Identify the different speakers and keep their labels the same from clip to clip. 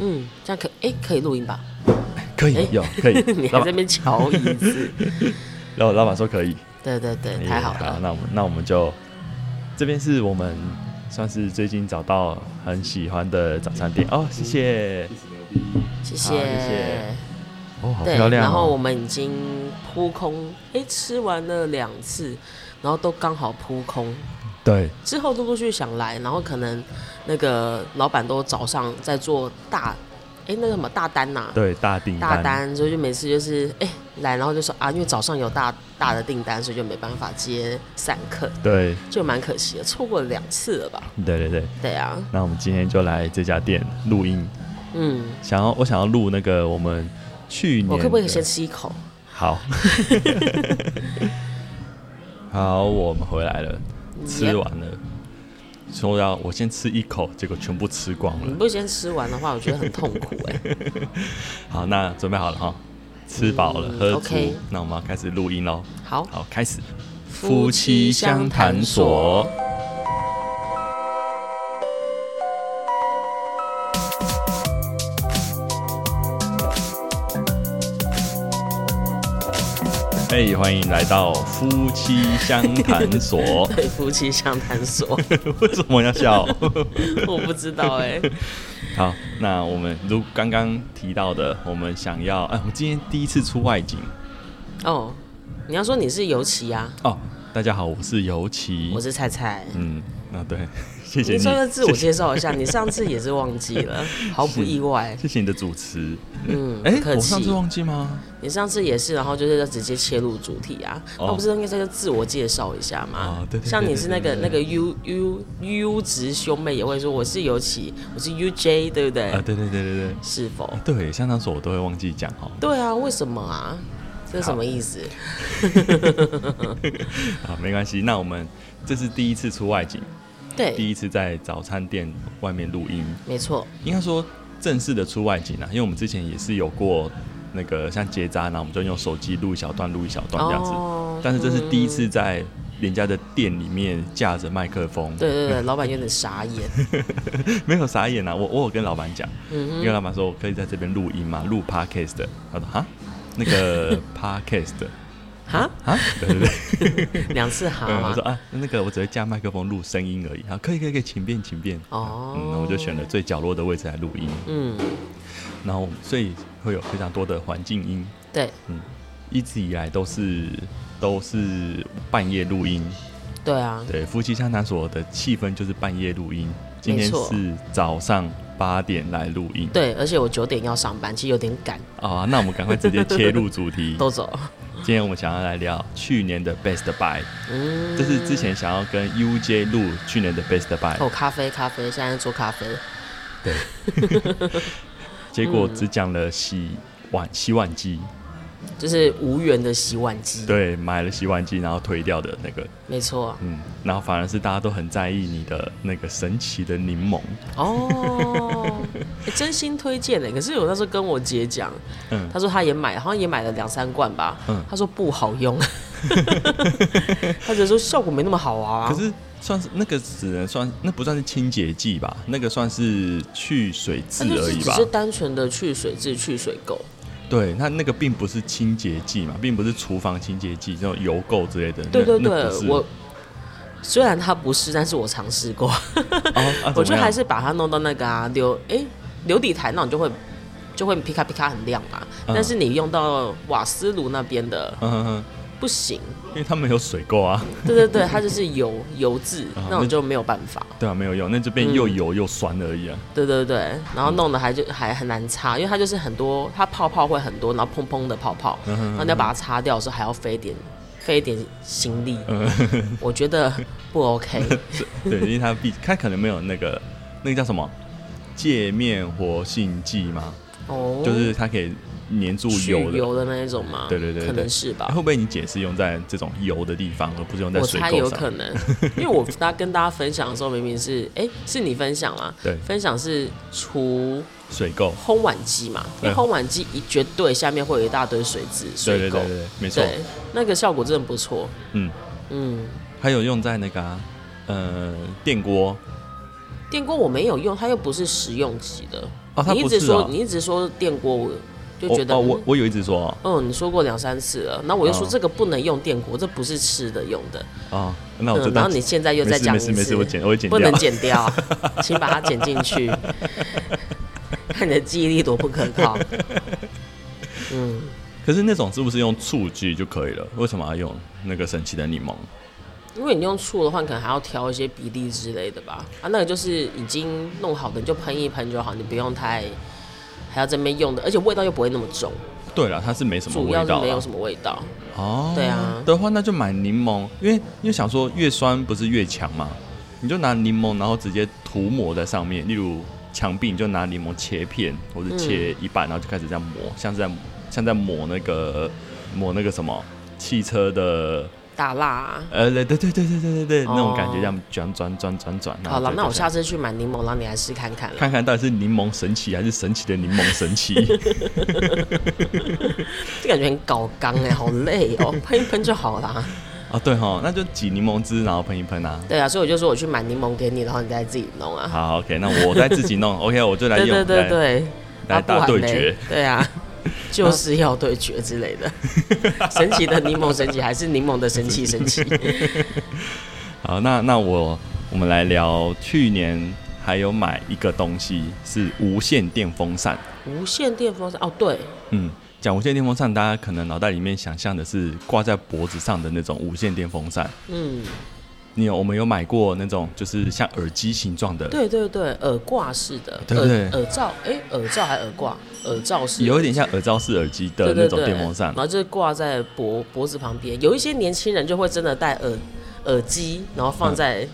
Speaker 1: 嗯，这样可哎、可以录音吧？
Speaker 2: 可以
Speaker 1: 哎，
Speaker 2: 有可以
Speaker 1: 你。还
Speaker 2: 老
Speaker 1: 在那
Speaker 2: 板，
Speaker 1: 边瞧椅 子？
Speaker 2: 老老板说可以，
Speaker 1: 对对对，太
Speaker 2: 哎
Speaker 1: 好了。
Speaker 2: 那我们那我们就这边是我们算是最近找到很喜欢的早餐店哦，谢谢
Speaker 1: 谢
Speaker 2: 好谢谢哦，好
Speaker 1: 对，
Speaker 2: 漂亮、哦。
Speaker 1: 然后我们已经扑空，哎、吃完了两次，然后都刚好扑空。
Speaker 2: 对
Speaker 1: 之后陆陆续续想来，然后可能那个老板都早上在做大，哎、那个什么大单呐、
Speaker 2: 对大订
Speaker 1: 大单，所以就每次就是哎、来，然后就说啊，因为早上有大大的订单，所以就没办法接散客，
Speaker 2: 对
Speaker 1: 就蛮可惜的，错过了两次了吧？
Speaker 2: 对对对。
Speaker 1: 对啊，
Speaker 2: 那我们今天就来这家店录音，
Speaker 1: 嗯，
Speaker 2: 想要我想要录那个我们去年的，
Speaker 1: 我可不可以先吃一口？
Speaker 2: 好， 好，我们回来了，吃完了，说要我先吃一口，结果全部吃光
Speaker 1: 你
Speaker 2: 了。
Speaker 1: 不先吃完的话，我觉得很痛苦哎、
Speaker 2: 好，那准备好了哈，吃饱了，喝
Speaker 1: 嗯
Speaker 2: 足
Speaker 1: OK
Speaker 2: 那我们要开始录音喽。
Speaker 1: 好，
Speaker 2: 好，开始。
Speaker 1: 夫妻相谈所。。
Speaker 2: 哎、欢迎来到夫妻相谈所
Speaker 1: 对，夫妻相谈所，
Speaker 2: 为什么要笑？
Speaker 1: 我不知道哎、
Speaker 2: 好，那我们如刚刚提到的，我们想要，哎、我们今天第一次出外景
Speaker 1: 哦，你要说你是尤其啊，
Speaker 2: 哦。大家好，我是尤其，
Speaker 1: 我是菜菜。
Speaker 2: 嗯，那对， 谢谢
Speaker 1: 你
Speaker 2: 你，
Speaker 1: 稍微自我
Speaker 2: 谢谢
Speaker 1: 介绍一下，你上次也是忘记 了，毫不意外。
Speaker 2: 谢谢你的主持。
Speaker 1: 嗯，
Speaker 2: 哎、
Speaker 1: 不客
Speaker 2: 我
Speaker 1: 气
Speaker 2: 上。次忘记吗？
Speaker 1: 你上次也是，然后就是要直接切入主题啊。
Speaker 2: 哦
Speaker 1: 那不是应该再自我介绍一下吗
Speaker 2: 哦？对对对
Speaker 1: 像你是那个
Speaker 2: 对
Speaker 1: 那
Speaker 2: 对
Speaker 1: 个
Speaker 2: 对
Speaker 1: U U U 值兄妹也会说我是尤其，我是 U J，对不对
Speaker 2: 啊，？对对对对对，
Speaker 1: 是否？
Speaker 2: 对，像那时候我都会忘记讲哦。
Speaker 1: 对啊，为什么啊？这是什么意思？
Speaker 2: 啊，没关系，那我们这是第一次出外景，第
Speaker 1: 对，
Speaker 2: 一次在早餐店外面录音，
Speaker 1: 没错，
Speaker 2: 应该说正式的出外景啊，因为我们之前也是有过那个像结扎，然后我们就用手机录一小段，录一小段这样子。
Speaker 1: 哦
Speaker 2: 但是这是第一次
Speaker 1: 嗯
Speaker 2: 在人家的店里面架着麦克风，
Speaker 1: 对对对，老板有点傻眼。
Speaker 2: 没有傻眼啊！我我有跟老板讲，
Speaker 1: 嗯
Speaker 2: 因为老板说我可以在这边录音嘛，录 podcast 的。他说哈，那 个 podcast 的
Speaker 1: 哼， 哈，
Speaker 2: 啊，对对对，
Speaker 1: 两次哈
Speaker 2: 嗯我
Speaker 1: 嘛
Speaker 2: 说。啊，那个我只会架麦克风录声音而已。好，可以可以可以，请便请便。
Speaker 1: 哦
Speaker 2: 嗯，那我就选了最角落的位置来录音，
Speaker 1: 嗯，
Speaker 2: 然后所以会有非常多的环境音，
Speaker 1: 对
Speaker 2: 嗯，一直以来都是都是半夜录音，
Speaker 1: 对啊，
Speaker 2: 对，夫妻相谈所的气氛就是半夜录音，今
Speaker 1: 没
Speaker 2: 天
Speaker 1: 错
Speaker 2: 是早上八点来录音，
Speaker 1: 对，而且我九点要上班，其实有点赶，，
Speaker 2: 啊，那我们赶快直接切入主题
Speaker 1: 都走。
Speaker 2: 今天我们想要来聊去年的 Best Buy，
Speaker 1: 嗯，
Speaker 2: 这是之前想要跟 UJ 录去年的 Best Buy，、
Speaker 1: 哦，咖啡咖啡，现在在做咖啡。
Speaker 2: 结果
Speaker 1: 嗯
Speaker 2: 只讲了洗碗洗碗机，
Speaker 1: 就是无缘的洗碗机，
Speaker 2: 对，买了洗碗机然后推掉的那个，
Speaker 1: 没错。
Speaker 2: 嗯，然后反而是大家都很在意你的那个神奇的柠檬，
Speaker 1: 哦， 欸真心推荐的。可是我那时候跟我姐讲，
Speaker 2: 嗯
Speaker 1: 她说她也买，好像也买了两三罐吧。
Speaker 2: 嗯
Speaker 1: 她说不好 用， 她只说效果没那么好啊。
Speaker 2: 可是算是那个只能算那不算是清洁剂吧，那个算是去水
Speaker 1: 它
Speaker 2: 质
Speaker 1: 就
Speaker 2: 而
Speaker 1: 是
Speaker 2: 已
Speaker 1: 只
Speaker 2: 吧
Speaker 1: 是。单纯的去水质、去水垢。
Speaker 2: 对，那那个并不是清洁剂嘛，并不是厨房清洁剂，这种油垢之类的。
Speaker 1: 对
Speaker 2: 那
Speaker 1: 对
Speaker 2: 那不
Speaker 1: 对，
Speaker 2: 是
Speaker 1: 我虽然它不是，但是我尝试过，
Speaker 2: 哦 啊、
Speaker 1: 我觉
Speaker 2: 怎么
Speaker 1: 得
Speaker 2: 样
Speaker 1: 还是把它弄到那个啊流哎、流底台那种就会就会皮卡皮卡很亮嘛。
Speaker 2: 嗯
Speaker 1: 但是你用到瓦斯炉那边的
Speaker 2: 嗯嗯嗯，
Speaker 1: 不行，
Speaker 2: 因为他们有水垢啊，
Speaker 1: 对对对，它就是油 油渍
Speaker 2: 啊
Speaker 1: 那种
Speaker 2: 那
Speaker 1: 就没有办法。
Speaker 2: 对啊，没有用，那就变又油又酸而已啊。
Speaker 1: 对对对，然后
Speaker 2: 嗯
Speaker 1: 弄得还就还很难擦，因为它就是很多它泡泡会很多，然后砰砰的泡泡，
Speaker 2: 嗯哼
Speaker 1: 然后你要把它擦掉的时候还要费一点费一点心力，我觉得不 OK。
Speaker 2: 嗯 对，因为它毕它可能没有那个那个叫什么界面活性剂嘛，
Speaker 1: 哦，
Speaker 2: 就是它可以粘住
Speaker 1: 去
Speaker 2: 油的。
Speaker 1: 油的那一种吗？
Speaker 2: 对对对对
Speaker 1: 可能是吧
Speaker 2: 会。不会你姐是用在这种油的地方，而不是用在
Speaker 1: 我
Speaker 2: 水
Speaker 1: 猜
Speaker 2: 垢
Speaker 1: 有
Speaker 2: 上？
Speaker 1: 可能， 因为我大跟大家分享的时候，明明是哎、是你分享啦，
Speaker 2: 对
Speaker 1: 分享是除
Speaker 2: 水垢，
Speaker 1: 烘碗机嘛，因为
Speaker 2: 对
Speaker 1: 烘碗机一绝对下面会有一大堆水渍水
Speaker 2: 对对
Speaker 1: 垢，
Speaker 2: 对对，没错，
Speaker 1: 对，那个效果真的不错。
Speaker 2: 嗯，
Speaker 1: 嗯，
Speaker 2: 还有用在那个、啊、呃电锅，
Speaker 1: 电锅我没有用，它又不是食用级的，
Speaker 2: 哦，他
Speaker 1: 你一
Speaker 2: 不
Speaker 1: 直
Speaker 2: 是
Speaker 1: 说、
Speaker 2: 哦
Speaker 1: 你一直说电锅，我就
Speaker 2: 我
Speaker 1: 觉得
Speaker 2: 哦，
Speaker 1: 嗯
Speaker 2: 我我有一直说哦
Speaker 1: 嗯，你说过两三次了，那我又说
Speaker 2: 哦
Speaker 1: 这个不能用电锅，这不是吃的用的。
Speaker 2: 哦，那我就
Speaker 1: 嗯，然
Speaker 2: 当
Speaker 1: 后你现在又
Speaker 2: 没
Speaker 1: 再
Speaker 2: 事
Speaker 1: 讲一
Speaker 2: 没事
Speaker 1: 次，
Speaker 2: 没事，我剪我会剪
Speaker 1: 不
Speaker 2: 掉
Speaker 1: 能。剪掉，请把它剪进 去。看你的记忆力多不可靠。嗯，
Speaker 2: 可是那种是不是用醋剂就可以了？为什么要用那个神奇的柠檬？
Speaker 1: 如果你用醋的话，你可能还要调一些比例之类的吧。啊，那个就是已经弄好的，你就喷一喷就好，你不用太还要这边用的，而且味道又不会那么重，
Speaker 2: 对了，它是没什么
Speaker 1: 主
Speaker 2: 味
Speaker 1: 要是
Speaker 2: 道啊
Speaker 1: 没有
Speaker 2: 啦
Speaker 1: 什么味道。
Speaker 2: 哦。
Speaker 1: 对啊
Speaker 2: 的话那就买柠檬，因为因为想说越酸不是越强嘛，你就拿柠檬，然后直接涂抹在上面，例如墙壁你就拿柠檬切片或者切
Speaker 1: 嗯
Speaker 2: 一半，然后就开始这样磨，像是在像在磨那个磨那个什么汽车的
Speaker 1: 大辣、啊。
Speaker 2: 呃，对对对对对对对，那种
Speaker 1: 哦
Speaker 2: 感觉，这样转转转转转。然后
Speaker 1: 好了，
Speaker 2: 就
Speaker 1: 那我
Speaker 2: 啊就这
Speaker 1: 下
Speaker 2: 样
Speaker 1: 次去买柠檬，让你来试看看了。
Speaker 2: 看看到底是柠檬神奇还是神奇的柠檬神 奇。
Speaker 1: 这感觉很搞刚哎、好累 哦，喷一喷就好啦。
Speaker 2: 啊，对哈，那就挤柠檬汁，然后喷一喷啊。
Speaker 1: 对啊，所以我就说我去买柠檬给你，然后你再自己弄啊。
Speaker 2: 好，OK，那我再自己弄，OK，我就来
Speaker 1: 对对
Speaker 2: 用，
Speaker 1: 对对，
Speaker 2: 来
Speaker 1: 啊
Speaker 2: 打
Speaker 1: 不然
Speaker 2: 对
Speaker 1: 嘞
Speaker 2: 决。
Speaker 1: 对啊，就是要对决之类 的。神奇的柠檬神奇，还是柠檬的神奇神奇。
Speaker 2: 好，那那我我们来聊去年还有买一个东西是无线电风扇，
Speaker 1: 无线电风扇哦，对，
Speaker 2: 嗯。讲无线电风扇，大家可能脑袋里面想象的是挂在脖子上的那种无线电风扇。
Speaker 1: 嗯，
Speaker 2: 你有我们有买过那种，就是像耳机形状的，
Speaker 1: 对对对，耳挂式的，
Speaker 2: 对对
Speaker 1: 耳耳罩，哎，耳罩还耳挂，耳罩式的
Speaker 2: 有一点像耳罩式耳机的
Speaker 1: 对
Speaker 2: 那
Speaker 1: 对
Speaker 2: 种
Speaker 1: 对，
Speaker 2: 电风扇
Speaker 1: 然。后就是挂在脖脖子旁边。有一些年轻人就会真的戴耳耳机，然后
Speaker 2: 嗯
Speaker 1: 放在，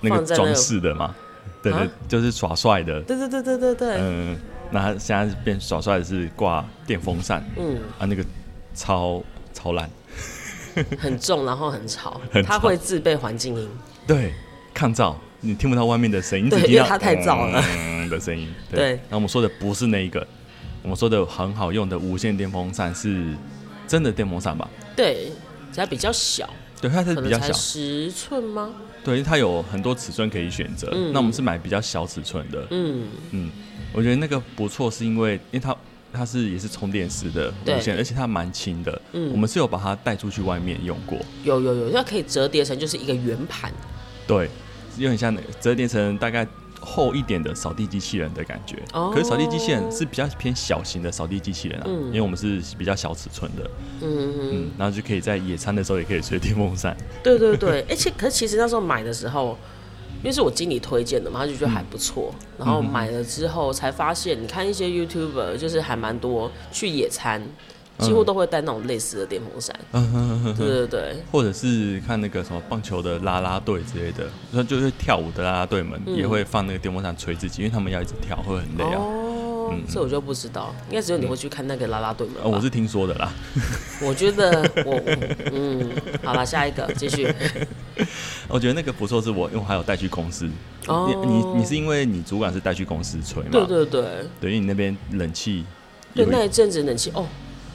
Speaker 2: 那
Speaker 1: 放
Speaker 2: 个
Speaker 1: 在那
Speaker 2: 装
Speaker 1: 个
Speaker 2: 饰的嘛，对对
Speaker 1: 啊，
Speaker 2: 就是耍帅的，
Speaker 1: 对对对对对对，
Speaker 2: 嗯，那他现在变耍帅的是挂电风扇
Speaker 1: 嗯，
Speaker 2: 啊，那个超超烂，
Speaker 1: 很重，然后很吵
Speaker 2: 很，
Speaker 1: 它
Speaker 2: 吵
Speaker 1: 会自备环境音。
Speaker 2: 对，抗噪，你听不到外面的声音，你只
Speaker 1: 对
Speaker 2: 听到
Speaker 1: 因为它太噪了
Speaker 2: 嗯的声音。
Speaker 1: 对
Speaker 2: 那我们说的不是那一个，我们说的很好用的无线电风扇是真的电风扇吧？
Speaker 1: 对，它比较小，
Speaker 2: 对，它是
Speaker 1: 可
Speaker 2: 比
Speaker 1: 能
Speaker 2: 较
Speaker 1: 才
Speaker 2: 小，
Speaker 1: 十寸吗？
Speaker 2: 对，它有很多尺寸可以选择。
Speaker 1: 嗯
Speaker 2: 那我们是买比较小尺寸的，
Speaker 1: 嗯，
Speaker 2: 嗯，我觉得那个不错，是因为因为它它是也是充电式的
Speaker 1: 对
Speaker 2: 无线，而且它蛮轻的。
Speaker 1: 嗯
Speaker 2: 我们是有把它带出去外面用过，
Speaker 1: 有有有，它可以折叠成就是一个圆盘。
Speaker 2: 对，有点像那个折叠成大概厚一点的扫地机器人的感觉。
Speaker 1: 哦
Speaker 2: 可是扫地机器人是比较偏小型的扫地机器人啊，
Speaker 1: 嗯
Speaker 2: 因为我们是比较小尺寸的，
Speaker 1: 嗯，
Speaker 2: 嗯，然后就可以在野餐的时候也可以吹电风扇。
Speaker 1: 对对对，而且可是其实那时候买的时候。因为是我经理推荐的嘛，他就觉得还不错。
Speaker 2: 嗯
Speaker 1: 然后买了之后才发现，你看一些 YouTuber 就是还蛮多去野餐，几乎都会带那种类似的电风扇。
Speaker 2: 嗯
Speaker 1: 对对对，
Speaker 2: 或者是看那个什么棒球的啦啦队之类的，那就是跳舞的啦啦队们、也会放那个电风扇吹自己，因为他们要一直跳会很累啊。
Speaker 1: 嗯哦，这我就不知道，应该只有你会去看那个啦啦队们吧。
Speaker 2: 呃，我是听说的啦。
Speaker 1: 我觉得 我我嗯，好了，下一个继续。
Speaker 2: 我觉得那个不错，是我因为我还有带去公司。
Speaker 1: 哦
Speaker 2: 你你你是因为你主管是带去公司吹嘛？
Speaker 1: 对对对
Speaker 2: 对，因为你那边冷气
Speaker 1: 对，
Speaker 2: 有
Speaker 1: 那
Speaker 2: 一
Speaker 1: 一阵子冷气哦，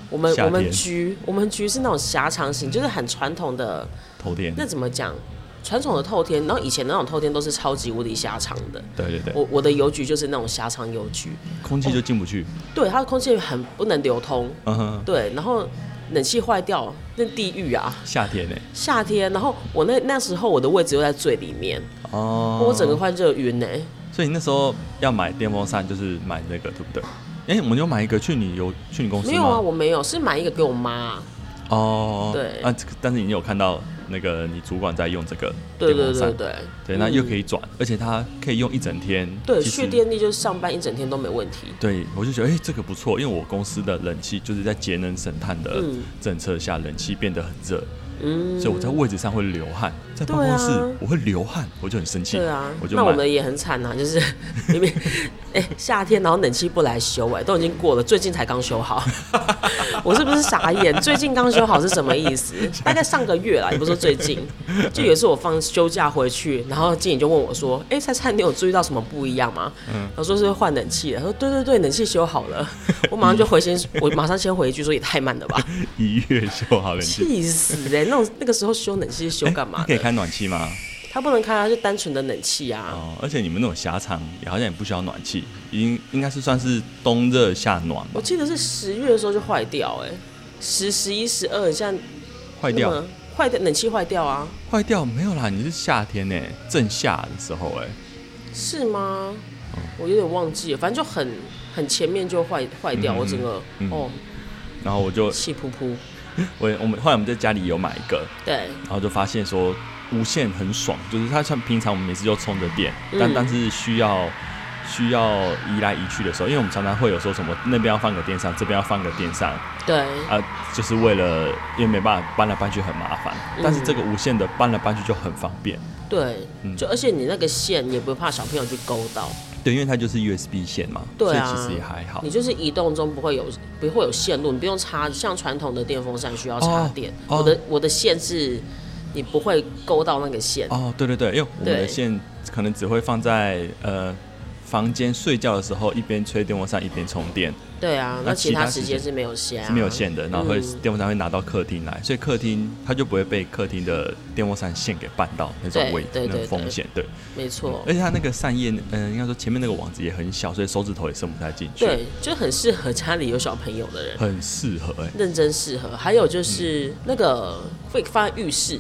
Speaker 1: 我们
Speaker 2: 夏
Speaker 1: 我们
Speaker 2: 天
Speaker 1: 局我们局是那种狭长型，就是很传统的，
Speaker 2: 头天。
Speaker 1: 那怎么讲？传统的透天，然后以前那种透天都是超级无敌狭长的。
Speaker 2: 对对对，
Speaker 1: 我我的邮局就是那种狭长邮局，
Speaker 2: 空气就进不去。
Speaker 1: 对，它的空气很不能流通，
Speaker 2: 嗯哼，
Speaker 1: 对，然后冷气坏掉，那地狱啊！
Speaker 2: 夏天呢、欸
Speaker 1: 夏天，然后我那那时候我的位置又在最里面，
Speaker 2: 哦，
Speaker 1: 我整个快热晕呢、
Speaker 2: 所以你那时候要买电风扇，就是买那个，对不对？哎、我们有买一个去你有去你公哦司吗？
Speaker 1: 没有啊，我没有，是买一个给我妈。
Speaker 2: 哦，
Speaker 1: 对
Speaker 2: 啊，这个但是你有看到那个你主管在用这个
Speaker 1: 对对
Speaker 2: 电风
Speaker 1: 对
Speaker 2: 扇，
Speaker 1: 对，
Speaker 2: 对，那又可以转，而且它可以用一整天。
Speaker 1: 对
Speaker 2: 其实
Speaker 1: 蓄电力就是上班一整天都没问题。
Speaker 2: 对，我就觉得哎、诶这个不错，因为我公司的冷气就是在节能省碳的
Speaker 1: 嗯
Speaker 2: 政策下，冷气变得很热，
Speaker 1: 嗯，
Speaker 2: 所以我在位置上会流汗，在办
Speaker 1: 对
Speaker 2: 公
Speaker 1: 啊
Speaker 2: 室我会流汗，我就很生气，
Speaker 1: 对啊
Speaker 2: 我，就
Speaker 1: 那我
Speaker 2: 买
Speaker 1: 们也很惨啊，就是 明明哎、夏天，然后冷气不来修、哎，都已经过了，最近才刚修好， 我是不是傻眼？最近刚修好是什么意思？大概上个月啦，也不是说最近，就有一次我放休假回去，然后经理就问我说：“哎、菜菜，你有注意到什么不一样吗？”嗯，我说是换冷气了，他说：“对对对，冷气修好 了。”我马上就回先，我马上先回一句说：“也太慢了吧，
Speaker 2: 一月修好冷气，
Speaker 1: 气死哎、那种那个时候修冷气是修干嘛的？
Speaker 2: 你可以开暖气吗？
Speaker 1: 它不能开，啊它就单纯的冷气啊。
Speaker 2: 哦，而且你们那种狭长也好像也不需要暖气，已经应该是算是冬热夏暖吧
Speaker 1: 我，记得是十月的时候就坏掉、哎，十、十一、十二，现在
Speaker 2: 坏
Speaker 1: 那
Speaker 2: 掉
Speaker 1: 么坏掉，冷气坏掉啊？
Speaker 2: 坏掉没有啦，你是夏天呢、欸正夏的时候哎、
Speaker 1: 是
Speaker 2: 哦
Speaker 1: 吗？我有点忘记了，反正就很很前面就坏坏掉，
Speaker 2: 嗯
Speaker 1: 我整个、
Speaker 2: 嗯
Speaker 1: 哦
Speaker 2: 然后我就
Speaker 1: 气噗噗。
Speaker 2: 我我们后来我们在家里有买一个，
Speaker 1: 对，
Speaker 2: 然后就发现说无线很爽，就是它像平常我们每次就充着电，但
Speaker 1: 嗯
Speaker 2: 但是需要需要移来移去的时候，因为我们常常会有说什么那边要放个电商，这边要放个电商
Speaker 1: 对，
Speaker 2: 啊，就是为了因为没办法搬来搬去很麻烦，
Speaker 1: 嗯
Speaker 2: 但是这个无线的搬来搬去就很方便，
Speaker 1: 对，
Speaker 2: 嗯
Speaker 1: 就而且你那个线也不怕小朋友去勾到，
Speaker 2: 对，因为它就是 USB 线嘛，
Speaker 1: 对啊
Speaker 2: 所以其实也还好
Speaker 1: 你。就是移动中不会有不会有线路，你不用插，像传统的电风扇需要插
Speaker 2: 哦
Speaker 1: 电。
Speaker 2: 哦
Speaker 1: 我的我的线是，你不会勾到那个线。
Speaker 2: 哦，对对对，因为我们的
Speaker 1: 对
Speaker 2: 线可能只会放在呃房间睡觉的时候，一边吹电风扇一边充电。
Speaker 1: 对啊，
Speaker 2: 那
Speaker 1: 那
Speaker 2: 其
Speaker 1: 其
Speaker 2: 他
Speaker 1: 他
Speaker 2: 时
Speaker 1: 时间
Speaker 2: 间
Speaker 1: 是没有线、啊，
Speaker 2: 是没有线的，然后会
Speaker 1: 嗯
Speaker 2: 电风扇会拿到客厅来，所以客厅它就不会被客厅的电风扇线给绊到那种
Speaker 1: 对
Speaker 2: 位
Speaker 1: 对
Speaker 2: 那种
Speaker 1: 对
Speaker 2: 风
Speaker 1: 对
Speaker 2: 险，对。
Speaker 1: 没错。
Speaker 2: 而且它那个扇叶，嗯、应该说前面那个网子也很小，所以手指头也伸不太进去，
Speaker 1: 对，就很适合家里有小朋友的 人，
Speaker 2: 很适合哎、
Speaker 1: 认真适合。还有就是那个会放在浴室，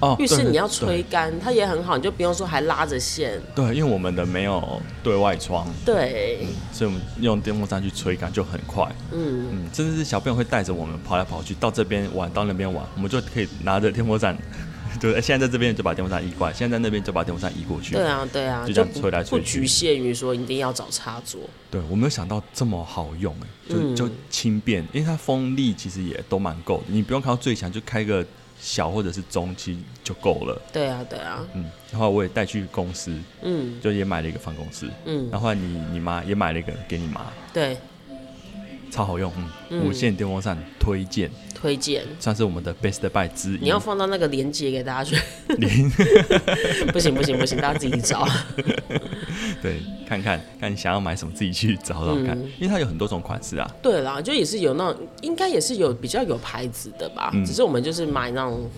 Speaker 2: 哦，
Speaker 1: 浴室
Speaker 2: 嗯对
Speaker 1: 你要吹干，它也很好，你就不用说还拉着线。
Speaker 2: 对，对，因为我们的没有对外窗，
Speaker 1: 对，
Speaker 2: 所以我们用电风扇去吹干就很快，
Speaker 1: 嗯，
Speaker 2: 嗯，甚至是小朋友会带着我们跑来跑去，到这边玩，到那边玩，我们就可以拿着电风扇， 就是哎现在在这边就把电风扇移过来，现在在那边就把电风扇移过去，
Speaker 1: 对啊，对啊，
Speaker 2: 就这
Speaker 1: 就
Speaker 2: 样
Speaker 1: 不
Speaker 2: 吹来吹
Speaker 1: 不
Speaker 2: 去
Speaker 1: 局限于说一定要找插座。
Speaker 2: 对，我没有想到这么好用、欸，就
Speaker 1: 嗯
Speaker 2: 就轻便，因为它风力其实也都蛮够的，你不用开到最强，就开个小或者是中期就够了。
Speaker 1: 对啊，对啊，
Speaker 2: 嗯，然后我也带去公司，
Speaker 1: 嗯
Speaker 2: 就也买了一个办公室，
Speaker 1: 嗯，
Speaker 2: 然后你你妈也买了一个给你妈，
Speaker 1: 对，
Speaker 2: 超好用，嗯，
Speaker 1: 嗯
Speaker 2: 无线电风扇推荐，
Speaker 1: 推荐。
Speaker 2: 算是我们的 best buy 之一。
Speaker 1: 你要放到那个链接给大家去， 不行不行不行，大家自己找。
Speaker 2: 对，看看 看你想要买什么，自己去找找看，
Speaker 1: 嗯
Speaker 2: 因为它有很多种款式啊。
Speaker 1: 对啦，就也是有那种，应该也是有比较有牌子的吧，
Speaker 2: 嗯
Speaker 1: 只是我们就是买那种，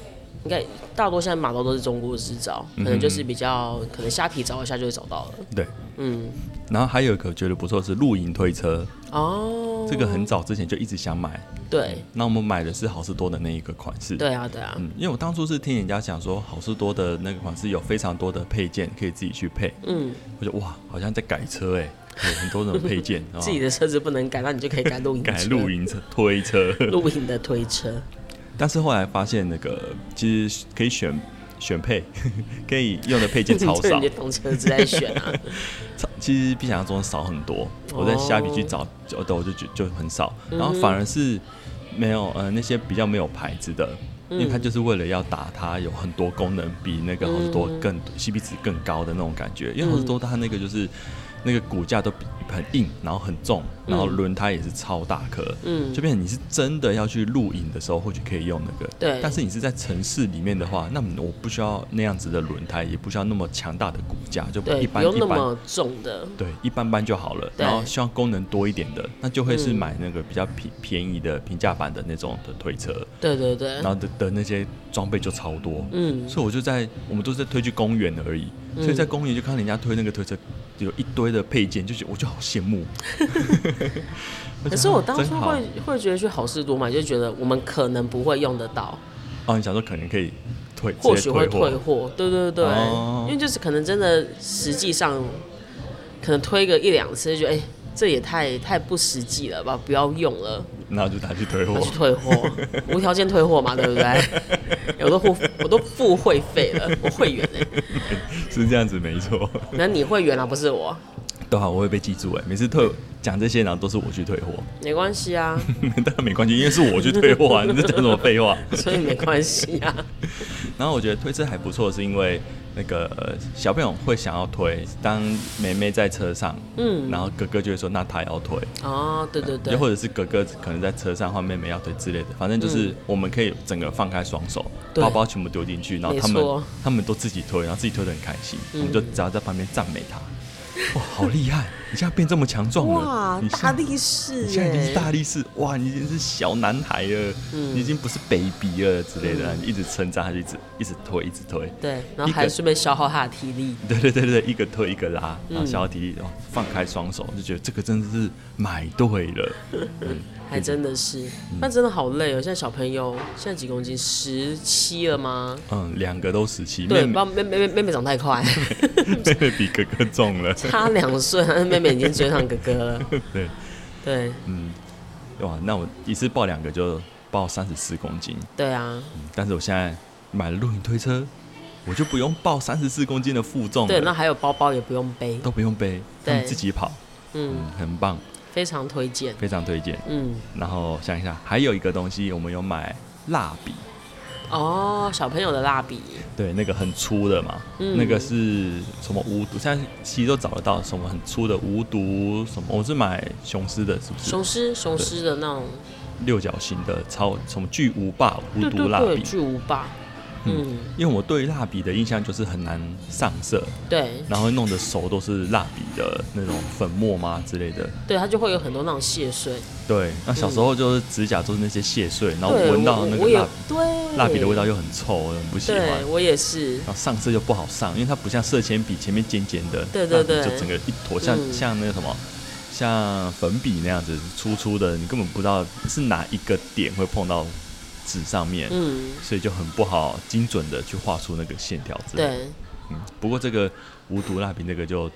Speaker 1: 应该大多现在马都都是中国制造，
Speaker 2: 嗯
Speaker 1: 可能就是比较可能虾皮找一下就会找到了。
Speaker 2: 对，
Speaker 1: 嗯，
Speaker 2: 然后还有一个觉得不错是露营推车，
Speaker 1: 哦，
Speaker 2: 这个很早之前就一直想买，
Speaker 1: 对
Speaker 2: 那我们买的是好事多的那一个款式。，
Speaker 1: 对啊对啊，
Speaker 2: 嗯，因为我当初是听人家讲说，好事多的那个款式有非常多的配件可以自己去配，
Speaker 1: 嗯，
Speaker 2: 我就哇，好像在改车哎、有很多种 配件，
Speaker 1: 自己
Speaker 2: 的
Speaker 1: 的车子不能改，那你就可以改露营车
Speaker 2: 哦 改露营车推车，
Speaker 1: 露营的推车，
Speaker 2: 但是后来发现那个其实可以选选配， 可以用的配件 超
Speaker 1: 这
Speaker 2: 少
Speaker 1: 你，就同车子在选啊。
Speaker 2: 超其实比想象中少很多。
Speaker 1: 哦
Speaker 2: 我在虾皮去找，就我就觉就很少，
Speaker 1: 嗯
Speaker 2: 然后反而是没有呃那些比较没有牌子的，
Speaker 1: 嗯
Speaker 2: 因为它就是为了要打它有很多功能比那个好事多更 CP 值更高的那种感觉，因
Speaker 1: 嗯
Speaker 2: 为好事多它那个就是。那个骨架都比很硬，然后很重，然后轮胎也是超大颗，嗯，
Speaker 1: 嗯
Speaker 2: 就变成你是真的要去露营的时候，或许可以用那个，
Speaker 1: 对
Speaker 2: 但是你是在城市里面的话，那么我不需要那样子的轮胎，也不需要那么强大的骨架，就
Speaker 1: 对，
Speaker 2: 一
Speaker 1: 不
Speaker 2: 般
Speaker 1: 用
Speaker 2: 一
Speaker 1: 那
Speaker 2: 般
Speaker 1: 么重的，
Speaker 2: 对，一般般就好了。
Speaker 1: 对
Speaker 2: 然后希望功能多一点的，那就会是
Speaker 1: 嗯
Speaker 2: 买那个比较便便宜的平价版的那种的推车，
Speaker 1: 对对对
Speaker 2: 然，后的的那些装备就超多。
Speaker 1: 嗯，
Speaker 2: 所以我就在我们都是在推去公园而已，所以在公园就看人家推那个推车，有一堆的配件，就觉得我就好羡慕。
Speaker 1: 可是我当
Speaker 2: 哦真
Speaker 1: 初
Speaker 2: 好
Speaker 1: 会会觉得去好事多买，就觉得我们可能不会用得到，
Speaker 2: 哦，你想说可能可以退，
Speaker 1: 或
Speaker 2: 直
Speaker 1: 许
Speaker 2: 接
Speaker 1: 会
Speaker 2: 退
Speaker 1: 退货，对对对，
Speaker 2: 哦
Speaker 1: 因为就是可能真的实际上，可能推个一两次就觉得，哎、这也太太不实际了吧，不要用了，
Speaker 2: 然后就拿去 退
Speaker 1: 那
Speaker 2: 货
Speaker 1: 去。退 货，无条件退货嘛，对不对？哎我都付我都付会费了，我会员哎、
Speaker 2: 是这样子，没错。
Speaker 1: 那你会员啊，不是我，
Speaker 2: 对啊，我会被记住哎，每次退讲这些，然后都是我去退货，
Speaker 1: 没关系啊，
Speaker 2: 但没关系，因为是我去退货啊，你在讲什么废话？
Speaker 1: 所以没关系啊，
Speaker 2: 然后我觉得推车还不错，是因为那个呃小朋友会想要推，当妹妹在车上，嗯，然后哥哥就会说那他也要推，
Speaker 1: 哦，对对对
Speaker 2: 又，或者是哥哥可能在车上换妹妹要推之类的，反正就是我们可以整个放开双手，
Speaker 1: 嗯对
Speaker 2: 包包全部丢进去，然后他
Speaker 1: 没
Speaker 2: 们
Speaker 1: 错嗯
Speaker 2: 他们都自己推，然后自己推的很开心，我们就只要在旁边赞美他，哇，好厉害！你现在变这么强壮了
Speaker 1: 哇，，
Speaker 2: 你现
Speaker 1: 大
Speaker 2: 在
Speaker 1: 力士
Speaker 2: 你现在已经是
Speaker 1: 耶！
Speaker 2: 大力士，哇，你已经是小男孩了，
Speaker 1: 嗯
Speaker 2: 你已经不是 baby 了之类的，你一直称赞，他就一直一直推，一直推。
Speaker 1: 对，然
Speaker 2: 一
Speaker 1: 后
Speaker 2: 个
Speaker 1: 还顺便消耗他的体力。
Speaker 2: 对对对对，一个推一个拉，
Speaker 1: 嗯
Speaker 2: 然后小体力，然后放开双手，就觉得这个真的是买对了。
Speaker 1: 还真的是，
Speaker 2: 嗯
Speaker 1: 那真的好累哦。现在小朋友现在几公斤？十七了吗？
Speaker 2: 嗯，两个都十七，妹
Speaker 1: 对，不
Speaker 2: 妹
Speaker 1: 然妹妹妹妹妹长太快，
Speaker 2: 妹妹比哥哥重了。
Speaker 1: 差两岁，但是妹妹已经追上哥哥了。
Speaker 2: 对，嗯
Speaker 1: 对啊
Speaker 2: 哇，那我一次抱两个就抱三十四公斤，
Speaker 1: 对啊，
Speaker 2: 嗯但是我现在买了露营推车，我就不用抱三十四公斤的负重
Speaker 1: 对，那
Speaker 2: 了，
Speaker 1: 还有包包也不用背，
Speaker 2: 都不用背，他们
Speaker 1: 对
Speaker 2: 自己跑，
Speaker 1: 嗯，
Speaker 2: 嗯，很棒，
Speaker 1: 非常推荐。
Speaker 2: 非常推荐。
Speaker 1: 嗯，
Speaker 2: 然后想一下，还有一个东西，我们有买蜡笔，
Speaker 1: 哦，小朋友的蜡笔，
Speaker 2: 对，那个很粗的嘛，
Speaker 1: 嗯
Speaker 2: 那个是什么无毒？现在其实都找得到什么很粗的无毒什么，我是买雄狮的，是不是？
Speaker 1: 雄狮雄狮的那种，
Speaker 2: 六角形的超什么巨无霸无
Speaker 1: 对
Speaker 2: 毒
Speaker 1: 对
Speaker 2: 蜡
Speaker 1: 对，
Speaker 2: 笔，
Speaker 1: 巨无霸，
Speaker 2: 嗯
Speaker 1: 嗯，
Speaker 2: 因为我对蜡笔的印象就是很难上色，
Speaker 1: 对
Speaker 2: 然后弄得手都是蜡笔的那种粉末嘛之类的。
Speaker 1: 对，它就会有很多那种蟹水，
Speaker 2: 对，那小时候就是指甲都是那些屑碎，然后
Speaker 1: 对，
Speaker 2: 闻到
Speaker 1: 我
Speaker 2: 那
Speaker 1: 我
Speaker 2: 个
Speaker 1: 也
Speaker 2: 蜡
Speaker 1: 对
Speaker 2: 蜡笔的味道，又很臭，我很不喜欢。
Speaker 1: 对我也是，
Speaker 2: 然后上色就不好上，因为它不像色铅笔前面尖尖的，
Speaker 1: 对对对
Speaker 2: 蜡笔就整个一坨像、
Speaker 1: 嗯
Speaker 2: 像那个什么，像粉笔那样子粗粗的，你根本不知道是哪一个点会碰到纸上面，
Speaker 1: 嗯，
Speaker 2: 所以就很不好精准的去画出那个线条之类的。
Speaker 1: 对，
Speaker 2: 嗯，不过这个无毒蜡笔那个就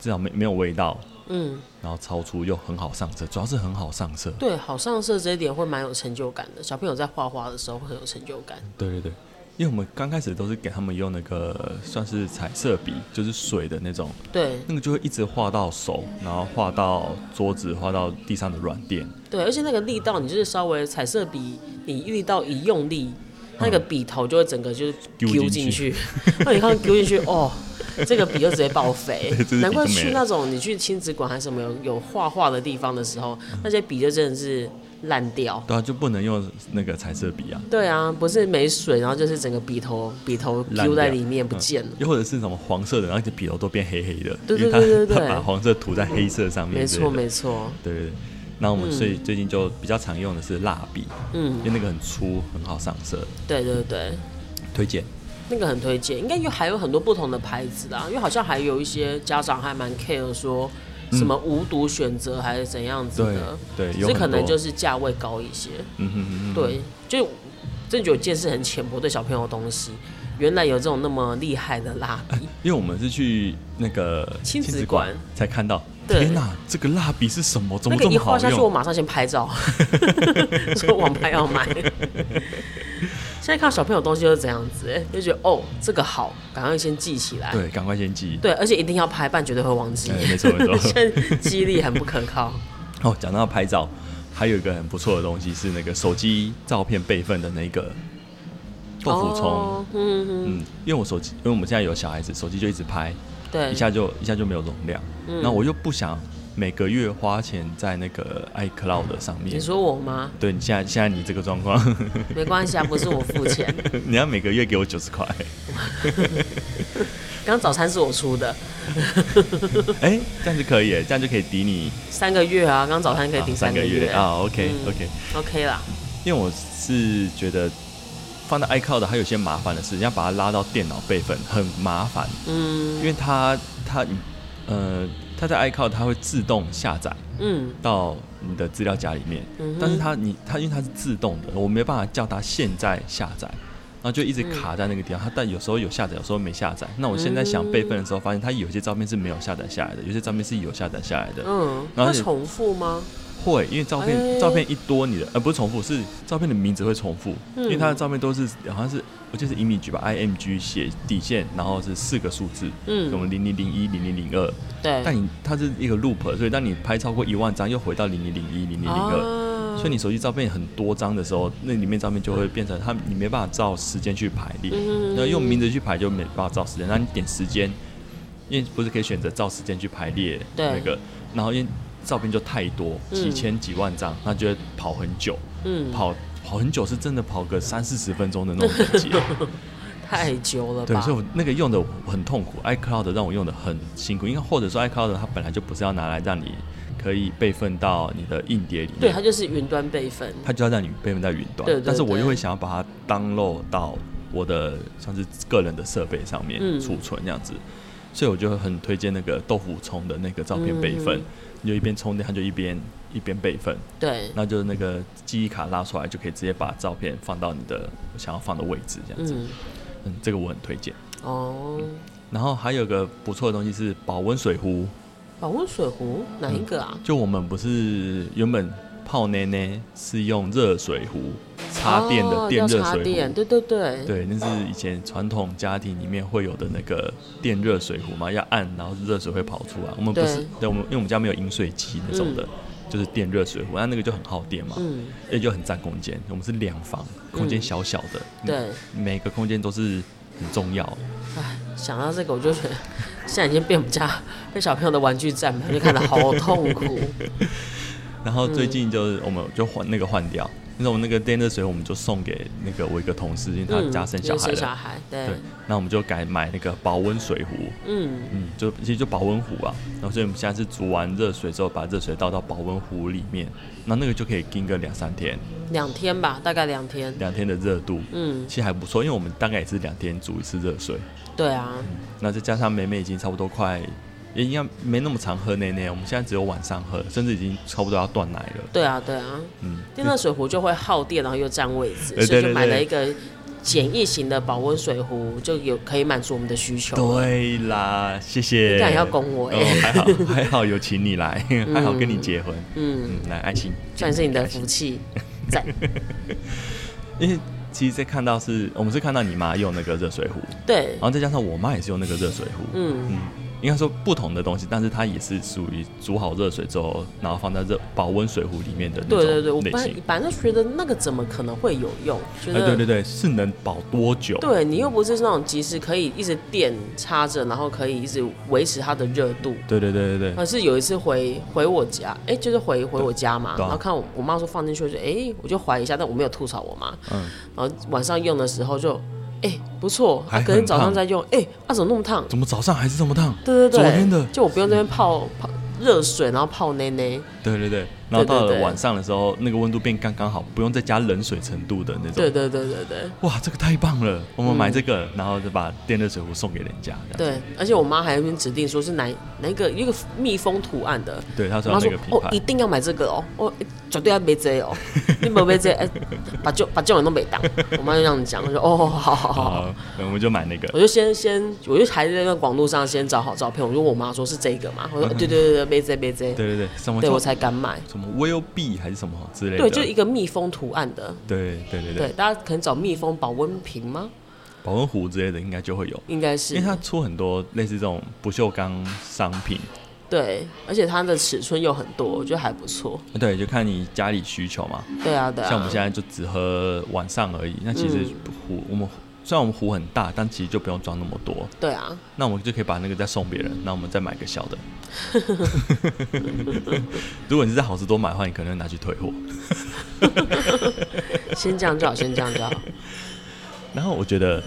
Speaker 2: 至少没没有味道，
Speaker 1: 嗯。
Speaker 2: 然后超粗又很好上色，主要是很好上色。
Speaker 1: 对，好上色这一点会蛮有成就感的。小朋友在画画的时候会很有成就感。
Speaker 2: 对对对，因为我们刚开始都是给他们用那个算是彩色笔，就是水的那种。
Speaker 1: 对
Speaker 2: 那个就会一直画到手，然后画到桌子，画到地上的软垫。
Speaker 1: 对，而且那个力道，你就是稍微彩色笔，你力道一用力，它那个笔头就会整个就是
Speaker 2: 丢
Speaker 1: 丢
Speaker 2: 进
Speaker 1: 进去。 那你看丢进去，哦，这个笔就直接报废
Speaker 2: 对这支。笔
Speaker 1: 难怪
Speaker 2: 就没
Speaker 1: 去
Speaker 2: 了
Speaker 1: 那种你去亲子馆还是什么有有画画的地方的时候，那些笔就真的是烂掉。
Speaker 2: 对啊，就不能用那个彩色笔啊，
Speaker 1: 对啊，不是没水，然后就是整个笔头笔头
Speaker 2: 烂
Speaker 1: 丢在
Speaker 2: 掉
Speaker 1: 里面不见了。
Speaker 2: 又或者是什么黄色的，然后这笔头都变黑黑的，
Speaker 1: 对
Speaker 2: 因为
Speaker 1: 对对对
Speaker 2: 它
Speaker 1: 对
Speaker 2: 它把黄色涂在黑色上面
Speaker 1: 没
Speaker 2: 之类的。
Speaker 1: 错没错，
Speaker 2: 对对对。那我们最最近就比较常用的是蜡笔，
Speaker 1: 嗯
Speaker 2: 因为那个很粗，很好上色，
Speaker 1: 对对对。
Speaker 2: 推荐。
Speaker 1: 那个很推荐，应该有还有很多不同的牌子啦，因为好像还有一些家长还蛮 care 说什么无毒选择还是怎样子的，
Speaker 2: 嗯对对
Speaker 1: 只
Speaker 2: 有
Speaker 1: 是
Speaker 2: 很
Speaker 1: 可能
Speaker 2: 多
Speaker 1: 就是价位高一些，
Speaker 2: 嗯哼嗯哼，
Speaker 1: 对，就真的有见识很浅薄对小朋友的东西，原来有这种那么厉害的蜡笔，
Speaker 2: 因为我们是去那个
Speaker 1: 亲子馆
Speaker 2: 才看到，
Speaker 1: 对
Speaker 2: 天哪，这个蜡笔是什么？怎
Speaker 1: 那
Speaker 2: 么
Speaker 1: 个
Speaker 2: 哎这
Speaker 1: 一
Speaker 2: 么
Speaker 1: 画
Speaker 2: 好
Speaker 1: 下去，我
Speaker 2: 用？
Speaker 1: 马上先拍 照， 说网拍要买。现在看到小朋友东西就是这样子、哎就觉得哦这个好，赶快先记起来。
Speaker 2: 对，赶快先记。
Speaker 1: 对，而且一定要拍，不然绝对会忘记。
Speaker 2: 哎没错没错
Speaker 1: 现在记忆力很不可 靠。
Speaker 2: 哦，讲到拍照，还有一个很不错的东西是那个手机照片备份的那个豆腐冲。
Speaker 1: 哦，嗯嗯，
Speaker 2: 嗯，因为我手机，因为我们现在有小孩子，手机就一直拍，
Speaker 1: 对，
Speaker 2: 一下就一下就没有容量。
Speaker 1: 嗯
Speaker 2: 那、我又不想每个月花钱在那个 iCloud 上
Speaker 1: 你
Speaker 2: 面。
Speaker 1: 说我吗？
Speaker 2: 对你现在现在你这个状况，
Speaker 1: 没关系啊，不是我付钱，
Speaker 2: 你要每个月给我九 十块。
Speaker 1: 刚早餐是我出的，
Speaker 2: 哎、这样就可以耶，这样就可以抵你
Speaker 1: 三个月啊，刚早餐可以
Speaker 2: 啊
Speaker 1: 顶
Speaker 2: 三
Speaker 1: 个
Speaker 2: 个月啊。OK
Speaker 1: 嗯
Speaker 2: OK，、
Speaker 1: OK 啦，
Speaker 2: 因为我是觉得放在 iCloud 还有些麻烦的事，要把它拉到电脑备份很麻烦，因
Speaker 1: 嗯
Speaker 2: 为它它呃它在 iCloud 它会自动下载
Speaker 1: 嗯，
Speaker 2: 到你的资料夹里面，
Speaker 1: 嗯哼
Speaker 2: 但是它你它因为它是自动的，我没办法叫它现在下载。然后就一直卡在那个地方，它但有时候有下载，有时候没下载。那我现在想备份的时候，发现它有些照片是没有下载下来的，有些照片是有下载下来的。
Speaker 1: 嗯，
Speaker 2: 然后
Speaker 1: 会
Speaker 2: 你
Speaker 1: 重复吗？
Speaker 2: 会，因为照片、
Speaker 1: 哎
Speaker 2: 照片一多，你的呃不是重复，是照片的名字会重复，因为
Speaker 1: 嗯
Speaker 2: 它的照片都是好像是我记得是 image 吧，img 写底线，然后是四个数字，
Speaker 1: 嗯
Speaker 2: 什么零零零一、零零零二，
Speaker 1: 对，
Speaker 2: 但你它是一个 loop，所以当你拍超过一万张，又回到零零零一、零零零
Speaker 1: 啊
Speaker 2: 二。所以你手机照片很多张的时候，那里面照片就会变成它，你没办法照时间去排列，
Speaker 1: 嗯
Speaker 2: 然后用名字去排就没办法照时间。那你点时间，因为不是可以选择照时间去排列
Speaker 1: 对
Speaker 2: 那个，然后因为照片就太多，
Speaker 1: 嗯
Speaker 2: 几千几万张，那就会跑很久，
Speaker 1: 嗯
Speaker 2: 跑跑很久是真的跑个三四十分钟的那种等级，
Speaker 1: 太久了
Speaker 2: 对，
Speaker 1: 吧
Speaker 2: 所？以我那个用的我很痛苦，iCloud 让我用的很辛苦，因为或者说 iCloud 它本来就不是要拿来让你可以备份到你的硬碟里
Speaker 1: 对，
Speaker 2: 面
Speaker 1: 它，就是云端备份。
Speaker 2: 它就要让你备份在云端，
Speaker 1: 对对
Speaker 2: 但是我
Speaker 1: 对
Speaker 2: 又会想要把它 download 到我的像是个人的设备上面
Speaker 1: 嗯
Speaker 2: 储存这样子，所以我就很推荐那个豆腐冲的那个照片备份，
Speaker 1: 嗯
Speaker 2: 你就一边充电，它就一边一边备份，
Speaker 1: 对，
Speaker 2: 那就是那个记忆卡拉出来就可以直接把照片放到你的想要放的位置这样子，
Speaker 1: 嗯，
Speaker 2: 嗯，这个我很推荐。
Speaker 1: 哦，
Speaker 2: 然后还有个不错的东西是保温水壶，
Speaker 1: 保温水壶哪一个啊？
Speaker 2: 就我们不是原本泡奶奶是用热水壶插电的
Speaker 1: 哦
Speaker 2: 电
Speaker 1: 要
Speaker 2: 热
Speaker 1: 插
Speaker 2: 水
Speaker 1: 电
Speaker 2: 壶。
Speaker 1: 对对对，
Speaker 2: 对，那是以前传统家庭里面会有的那个电热水壶嘛，要按，然后热水会跑出来。我们不是
Speaker 1: 对，
Speaker 2: 对，我们因为我们家没有饮水机那种的，就是电热水壶，那那个就很耗电嘛，
Speaker 1: 嗯，
Speaker 2: 也就很占空间。我们是两房，空间
Speaker 1: 嗯
Speaker 2: 小小的，嗯
Speaker 1: 对，
Speaker 2: 每个空间都是很重要。
Speaker 1: 唉，想到这个我就觉得现在已经被我们家被小朋友的玩具占满，就看得好痛 苦。嗯
Speaker 2: 然后最近就是我们就换那个换掉，那种那个电热水我们就送给那个我一个同事，因为他家生
Speaker 1: 嗯
Speaker 2: 小
Speaker 1: 因为
Speaker 2: 孩
Speaker 1: 生小
Speaker 2: 了，
Speaker 1: 孩，对
Speaker 2: 对，那我们就改买那个保温水壶，
Speaker 1: 嗯，
Speaker 2: 嗯，就其实就保温壶啊，然后所以我们现在是煮完热水之后，把热水倒到保温壶里面，那那个就可以叮个两三天，
Speaker 1: 两天吧，大概两天。
Speaker 2: 两天的热度，
Speaker 1: 嗯，
Speaker 2: 其实还不错，因为我们大概也是两天煮一次热水，
Speaker 1: 对啊，
Speaker 2: 那再加上梅梅已经差不多快，也应该没那么常喝奶奶，我们现在只有晚上喝，甚至已经差不多要断奶了，
Speaker 1: 对啊，对啊。
Speaker 2: 嗯，
Speaker 1: 电热水壶就会耗电，然后又占位置，
Speaker 2: 对
Speaker 1: 所以
Speaker 2: 对
Speaker 1: 就
Speaker 2: 对
Speaker 1: 买了一个简易型的保温水壶，就有可以满足我们的需求。，
Speaker 2: 对啦，谢谢。
Speaker 1: 你敢要拱我欸
Speaker 2: 哦，还好还好有请你来，还好跟你结婚。
Speaker 1: 嗯，
Speaker 2: 嗯，来爱心，
Speaker 1: 算是你的福 气。在，
Speaker 2: 因为其实在看到是我们是看到你妈用那个热水壶，
Speaker 1: 对
Speaker 2: 然，后再加上我妈也是用那个热水壶。
Speaker 1: 嗯，
Speaker 2: 嗯，应该说不同的东西，但是它也是属于煮好热水之后，然后放在热保温水壶里面的那
Speaker 1: 对对对，我
Speaker 2: 种
Speaker 1: 本
Speaker 2: 类
Speaker 1: 来
Speaker 2: 型。
Speaker 1: 本来就觉得那个怎么可能会有用，觉
Speaker 2: 哎，
Speaker 1: 得
Speaker 2: 对对对，是能保多久？
Speaker 1: 对你又不是那种即时可以一直电插着，然后可以一直维持它的热度。
Speaker 2: 对对对对对，
Speaker 1: 而是有一次回回我家，哎、就是回回我家嘛，
Speaker 2: 对啊
Speaker 1: 然后看我我妈说放进去，我就哎、我就怀疑一下，但我没有吐槽我妈。
Speaker 2: 嗯，
Speaker 1: 然后晚上用的时候就，哎、不错，
Speaker 2: 还
Speaker 1: 啊，
Speaker 2: 很
Speaker 1: 可是早上
Speaker 2: 烫
Speaker 1: 再用，哎、啊，怎么那么烫？
Speaker 2: 怎么早上还是这么烫？
Speaker 1: 对对对，
Speaker 2: 昨天的
Speaker 1: 就我不用这边泡泡热水，然后泡奶奶，
Speaker 2: 对对对，然后到
Speaker 1: 对
Speaker 2: 了
Speaker 1: 对
Speaker 2: 晚上的时候，那个温度变刚刚好，不用再加冷水程度的那种。
Speaker 1: 对对对对对
Speaker 2: 哇，这个太棒了！我们买这个，然后就把电热水壶送给人家。这样
Speaker 1: 对，而且我妈还那边指定说是哪哪一个一个蜜蜂图案的，
Speaker 2: 对，他
Speaker 1: 我
Speaker 2: 说
Speaker 1: 妈
Speaker 2: 那
Speaker 1: 说
Speaker 2: 个品
Speaker 1: 哦，一
Speaker 2: 牌，
Speaker 1: 定要买这个哦，哦，绝对要买这个哦， 你没买这个，哎把就把这种人都没当，我妈就这样讲，我说哦，好好好。好
Speaker 2: 好，我们就买那个。
Speaker 1: 我就先先，我就还在那个广路上先找好照片。我就问我妈说：“是这个吗？”我说：“对对对对，没这没这。”
Speaker 2: 嗯对对对，什么
Speaker 1: 对
Speaker 2: 叫
Speaker 1: 我才敢买。
Speaker 2: 什么 Will B 还是什么之类的？
Speaker 1: 对，就一个蜜蜂图案的。
Speaker 2: 对对对
Speaker 1: 对，
Speaker 2: 对，
Speaker 1: 大家可能找蜜蜂保温瓶吗？
Speaker 2: 保温壶之类的应该就会有，
Speaker 1: 应该是
Speaker 2: 因为。它出很多类似这种不锈钢商品。
Speaker 1: 对，而且它的尺寸又很多，我觉得还不错。
Speaker 2: 对，就看你家里需求嘛。
Speaker 1: 对啊，对啊。嗯
Speaker 2: 像我们现在就只喝晚上而已，那其实壶我们虽然我们壶很大，但其实就不用装那么多。
Speaker 1: 对啊，
Speaker 2: 那我们就可以把那个再送别人，那我们再买个小 的。如果你是在好事多买的话，你可能会拿去退货。
Speaker 1: 先这样 就好，先这样就好。
Speaker 2: 然后我觉得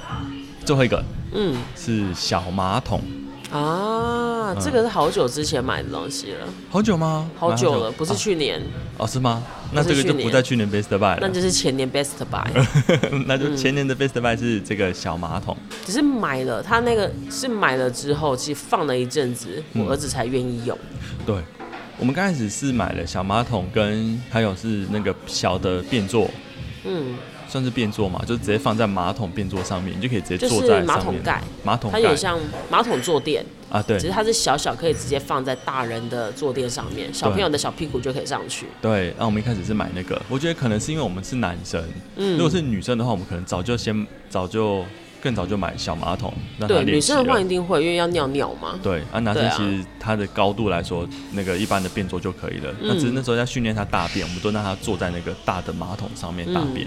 Speaker 2: 最后一个
Speaker 1: 嗯
Speaker 2: 是小马桶，嗯
Speaker 1: 啊，这个是好久之前买的东西了，
Speaker 2: 好久吗？
Speaker 1: 好
Speaker 2: 买
Speaker 1: 久了，不是
Speaker 2: 啊
Speaker 1: 去年，
Speaker 2: 哦是吗？那
Speaker 1: 不是
Speaker 2: 这个就
Speaker 1: 去年
Speaker 2: 不在去年 Best Buy
Speaker 1: 那
Speaker 2: 了，
Speaker 1: 就是前年 Best Buy，
Speaker 2: 那
Speaker 1: 嗯
Speaker 2: 就前年的 Best Buy 是这个小马桶。
Speaker 1: 只是买了，它那个是买了之后，其实放了一阵子，
Speaker 2: 嗯
Speaker 1: 我儿子才愿意用。
Speaker 2: 对，我们刚开始是买了小马桶跟还有是那个小的便座，
Speaker 1: 嗯，
Speaker 2: 算是便座嘛，就直接放在马桶便座上面，你就可以直接
Speaker 1: 就
Speaker 2: 坐
Speaker 1: 是
Speaker 2: 在
Speaker 1: 马
Speaker 2: 上
Speaker 1: 桶
Speaker 2: 面
Speaker 1: 盖
Speaker 2: 马桶
Speaker 1: 它
Speaker 2: 盖
Speaker 1: 有点像马桶坐垫，
Speaker 2: 啊，对
Speaker 1: 只是它是小小可以直接放在大人的坐垫上面，小朋友的小屁股就可以上去。
Speaker 2: 对，那我们一开始是买那个，我觉得可能是因为我们是男生，
Speaker 1: 嗯
Speaker 2: 如果是女生的话，我们可能早就先早就更早就买小马桶让她
Speaker 1: 对，女
Speaker 2: 练习
Speaker 1: 生的话一
Speaker 2: 了。
Speaker 1: 定会，因为要尿尿嘛。
Speaker 2: 对，啊，男生
Speaker 1: 对啊
Speaker 2: 其实他的高度来说，那个一般的便座就可以了。
Speaker 1: 嗯
Speaker 2: 那只是那时候在训练他大便，我们都让
Speaker 1: 嗯
Speaker 2: 他坐在那个大的马桶上面大便。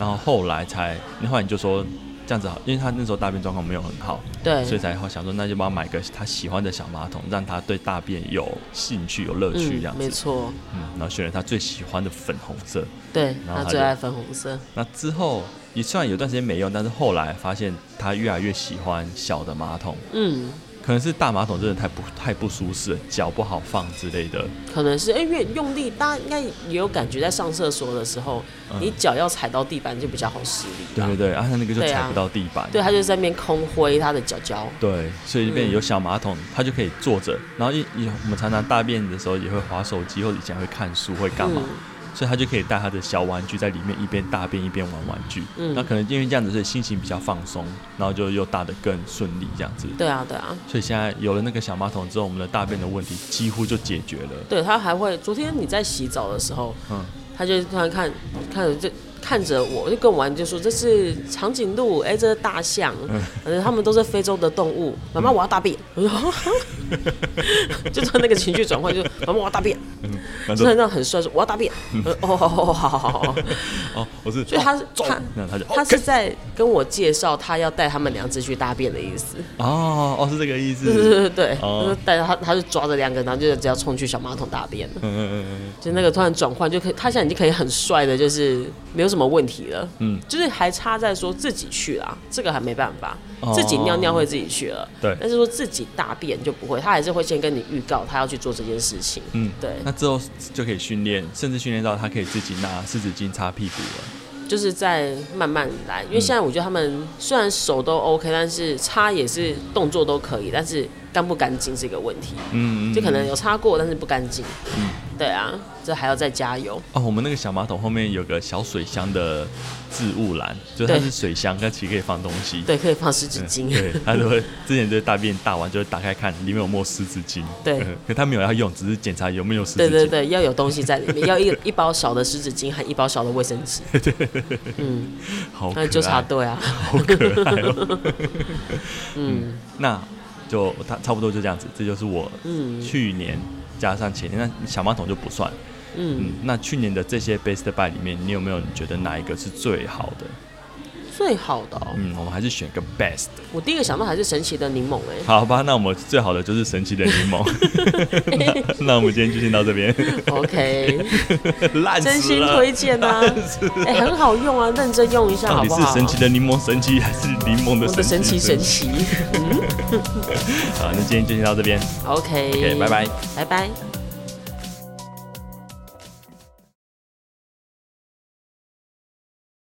Speaker 2: 然后后来才，后来你就说这样子好，因为他那时候大便状况没有很好，
Speaker 1: 对，
Speaker 2: 所以才想说那就帮他买个他喜欢的小马桶，让他对大便有兴趣、有乐趣这样
Speaker 1: 没
Speaker 2: 子。
Speaker 1: 错，
Speaker 2: 嗯然后选了他最喜欢的粉红色。
Speaker 1: 对，
Speaker 2: 然
Speaker 1: 他
Speaker 2: 后他
Speaker 1: 最
Speaker 2: 就
Speaker 1: 爱粉红色，
Speaker 2: 那之后也虽然有段时间没用，但是后来发现他越来越喜欢小的马桶，
Speaker 1: 嗯，
Speaker 2: 可能是大马桶真的太不太不舒适了，脚不好放之类的。
Speaker 1: 可能是哎，因为用力，大家应该也有感觉，在上厕所的时候，你脚要踩到地板就比较好施力
Speaker 2: 对
Speaker 1: 吧，
Speaker 2: 嗯对对，啊，他那个就
Speaker 1: 对啊
Speaker 2: 踩不到地板。
Speaker 1: 对，他就在嗯那边空挥他的脚脚，
Speaker 2: 对，所以就变成有小马桶，他就可以坐着。然后因因为我们常常大便的时候也会划手机，或者以前会看书，会干嘛，
Speaker 1: 嗯
Speaker 2: 所以他就可以带他的小玩具在里面一边大便一边玩玩具。
Speaker 1: 嗯
Speaker 2: 那可能因为这样子，所以心情比较放松，然后就又大得更顺利这样子。
Speaker 1: 对啊，对啊，
Speaker 2: 所以现在有了那个小马桶之后，我们的大便的问题几乎就解决了。
Speaker 1: 对他还会，昨天你在洗澡的时候，
Speaker 2: 嗯，
Speaker 1: 他就突然看看着这看着我，就跟我玩，就说这是长颈鹿，哎、这是大象，
Speaker 2: 嗯
Speaker 1: 反正他们都是非洲的动物。妈妈，我要大便。 我说哈，就从那个情绪转换，就妈妈我要大便，
Speaker 2: 嗯那
Speaker 1: 就
Speaker 2: 就
Speaker 1: 很让很帅说我要大便。
Speaker 2: 嗯
Speaker 1: 我说哦，好好好好好。
Speaker 2: 哦，我是，
Speaker 1: 所以他是
Speaker 2: 走
Speaker 1: 他，
Speaker 2: 那他就哦
Speaker 1: 他是在跟我介绍他要带他们两只去大便的意思。
Speaker 2: 哦哦是这个意思。
Speaker 1: 对 对对对，
Speaker 2: 哦
Speaker 1: 就是带着他，他就抓着两个，然后就只要冲去小马桶大便了。
Speaker 2: 嗯嗯嗯嗯
Speaker 1: 就那个突然转换，就可以，他现在已经可以很帅的，就是没有什么问题了。
Speaker 2: 嗯，
Speaker 1: 就是还差在说自己去啦，这个还没办法，
Speaker 2: 哦
Speaker 1: 自己尿尿会自己去了。
Speaker 2: 对
Speaker 1: 但是说自己大便就不会，他还是会先跟你预告他要去做这件事情。
Speaker 2: 嗯，
Speaker 1: 对，
Speaker 2: 那之后就可以训练，甚至训练到他可以自己拿湿纸巾擦屁股了。
Speaker 1: 就是在慢慢来，因为现在我觉得他们虽然手都 OK，但是擦也是动作都可以，但是干不干净是一个问题，
Speaker 2: 嗯，嗯
Speaker 1: 就可能
Speaker 2: 嗯
Speaker 1: 有擦过，但是不干净。对啊，这还要再加油。
Speaker 2: 哦，我们那个小马桶后面有个小水箱的置物篮，就是它
Speaker 1: 对
Speaker 2: 是水箱，它其实可以放东西。
Speaker 1: 对，可以放湿纸巾。
Speaker 2: 对，他都会之前就是大便大完就会打开看里面有没有湿纸巾，
Speaker 1: 对
Speaker 2: 嗯 可他没有要用，只是检查有没有湿纸
Speaker 1: 对
Speaker 2: 巾。
Speaker 1: 对对，要有东西在里面，要一一包小的湿纸巾和一包小的卫生纸，
Speaker 2: 好可爱，
Speaker 1: 那 就插队啊。
Speaker 2: 好可爱 哦。嗯，那就他差不多就这样子，这就是我去年加上前年，那小马桶就不算。
Speaker 1: 嗯，
Speaker 2: 嗯，那去年的这些 Best Buy 里面，你有没有觉得哪一个是最好的？
Speaker 1: 最好的、哦，
Speaker 2: 嗯，我们还是选一个 Best。
Speaker 1: 我第一个想到还是神奇的柠檬 哎、
Speaker 2: 好吧，那我们最好的就是神奇的柠檬。 那那我们今天就先到这边，
Speaker 1: OK，
Speaker 2: 烂死了
Speaker 1: 真心推荐啊
Speaker 2: 烂死了
Speaker 1: 哎、很好用啊，认真用一下
Speaker 2: 到
Speaker 1: 好
Speaker 2: 底
Speaker 1: 不
Speaker 2: 是
Speaker 1: 好？
Speaker 2: 神奇的柠檬神奇，还是柠檬的
Speaker 1: 我的神
Speaker 2: 神
Speaker 1: 奇
Speaker 2: 奇
Speaker 1: 神奇
Speaker 2: 好，那今天就先到这边。
Speaker 1: ，OK，
Speaker 2: OK，拜拜，
Speaker 1: 拜拜。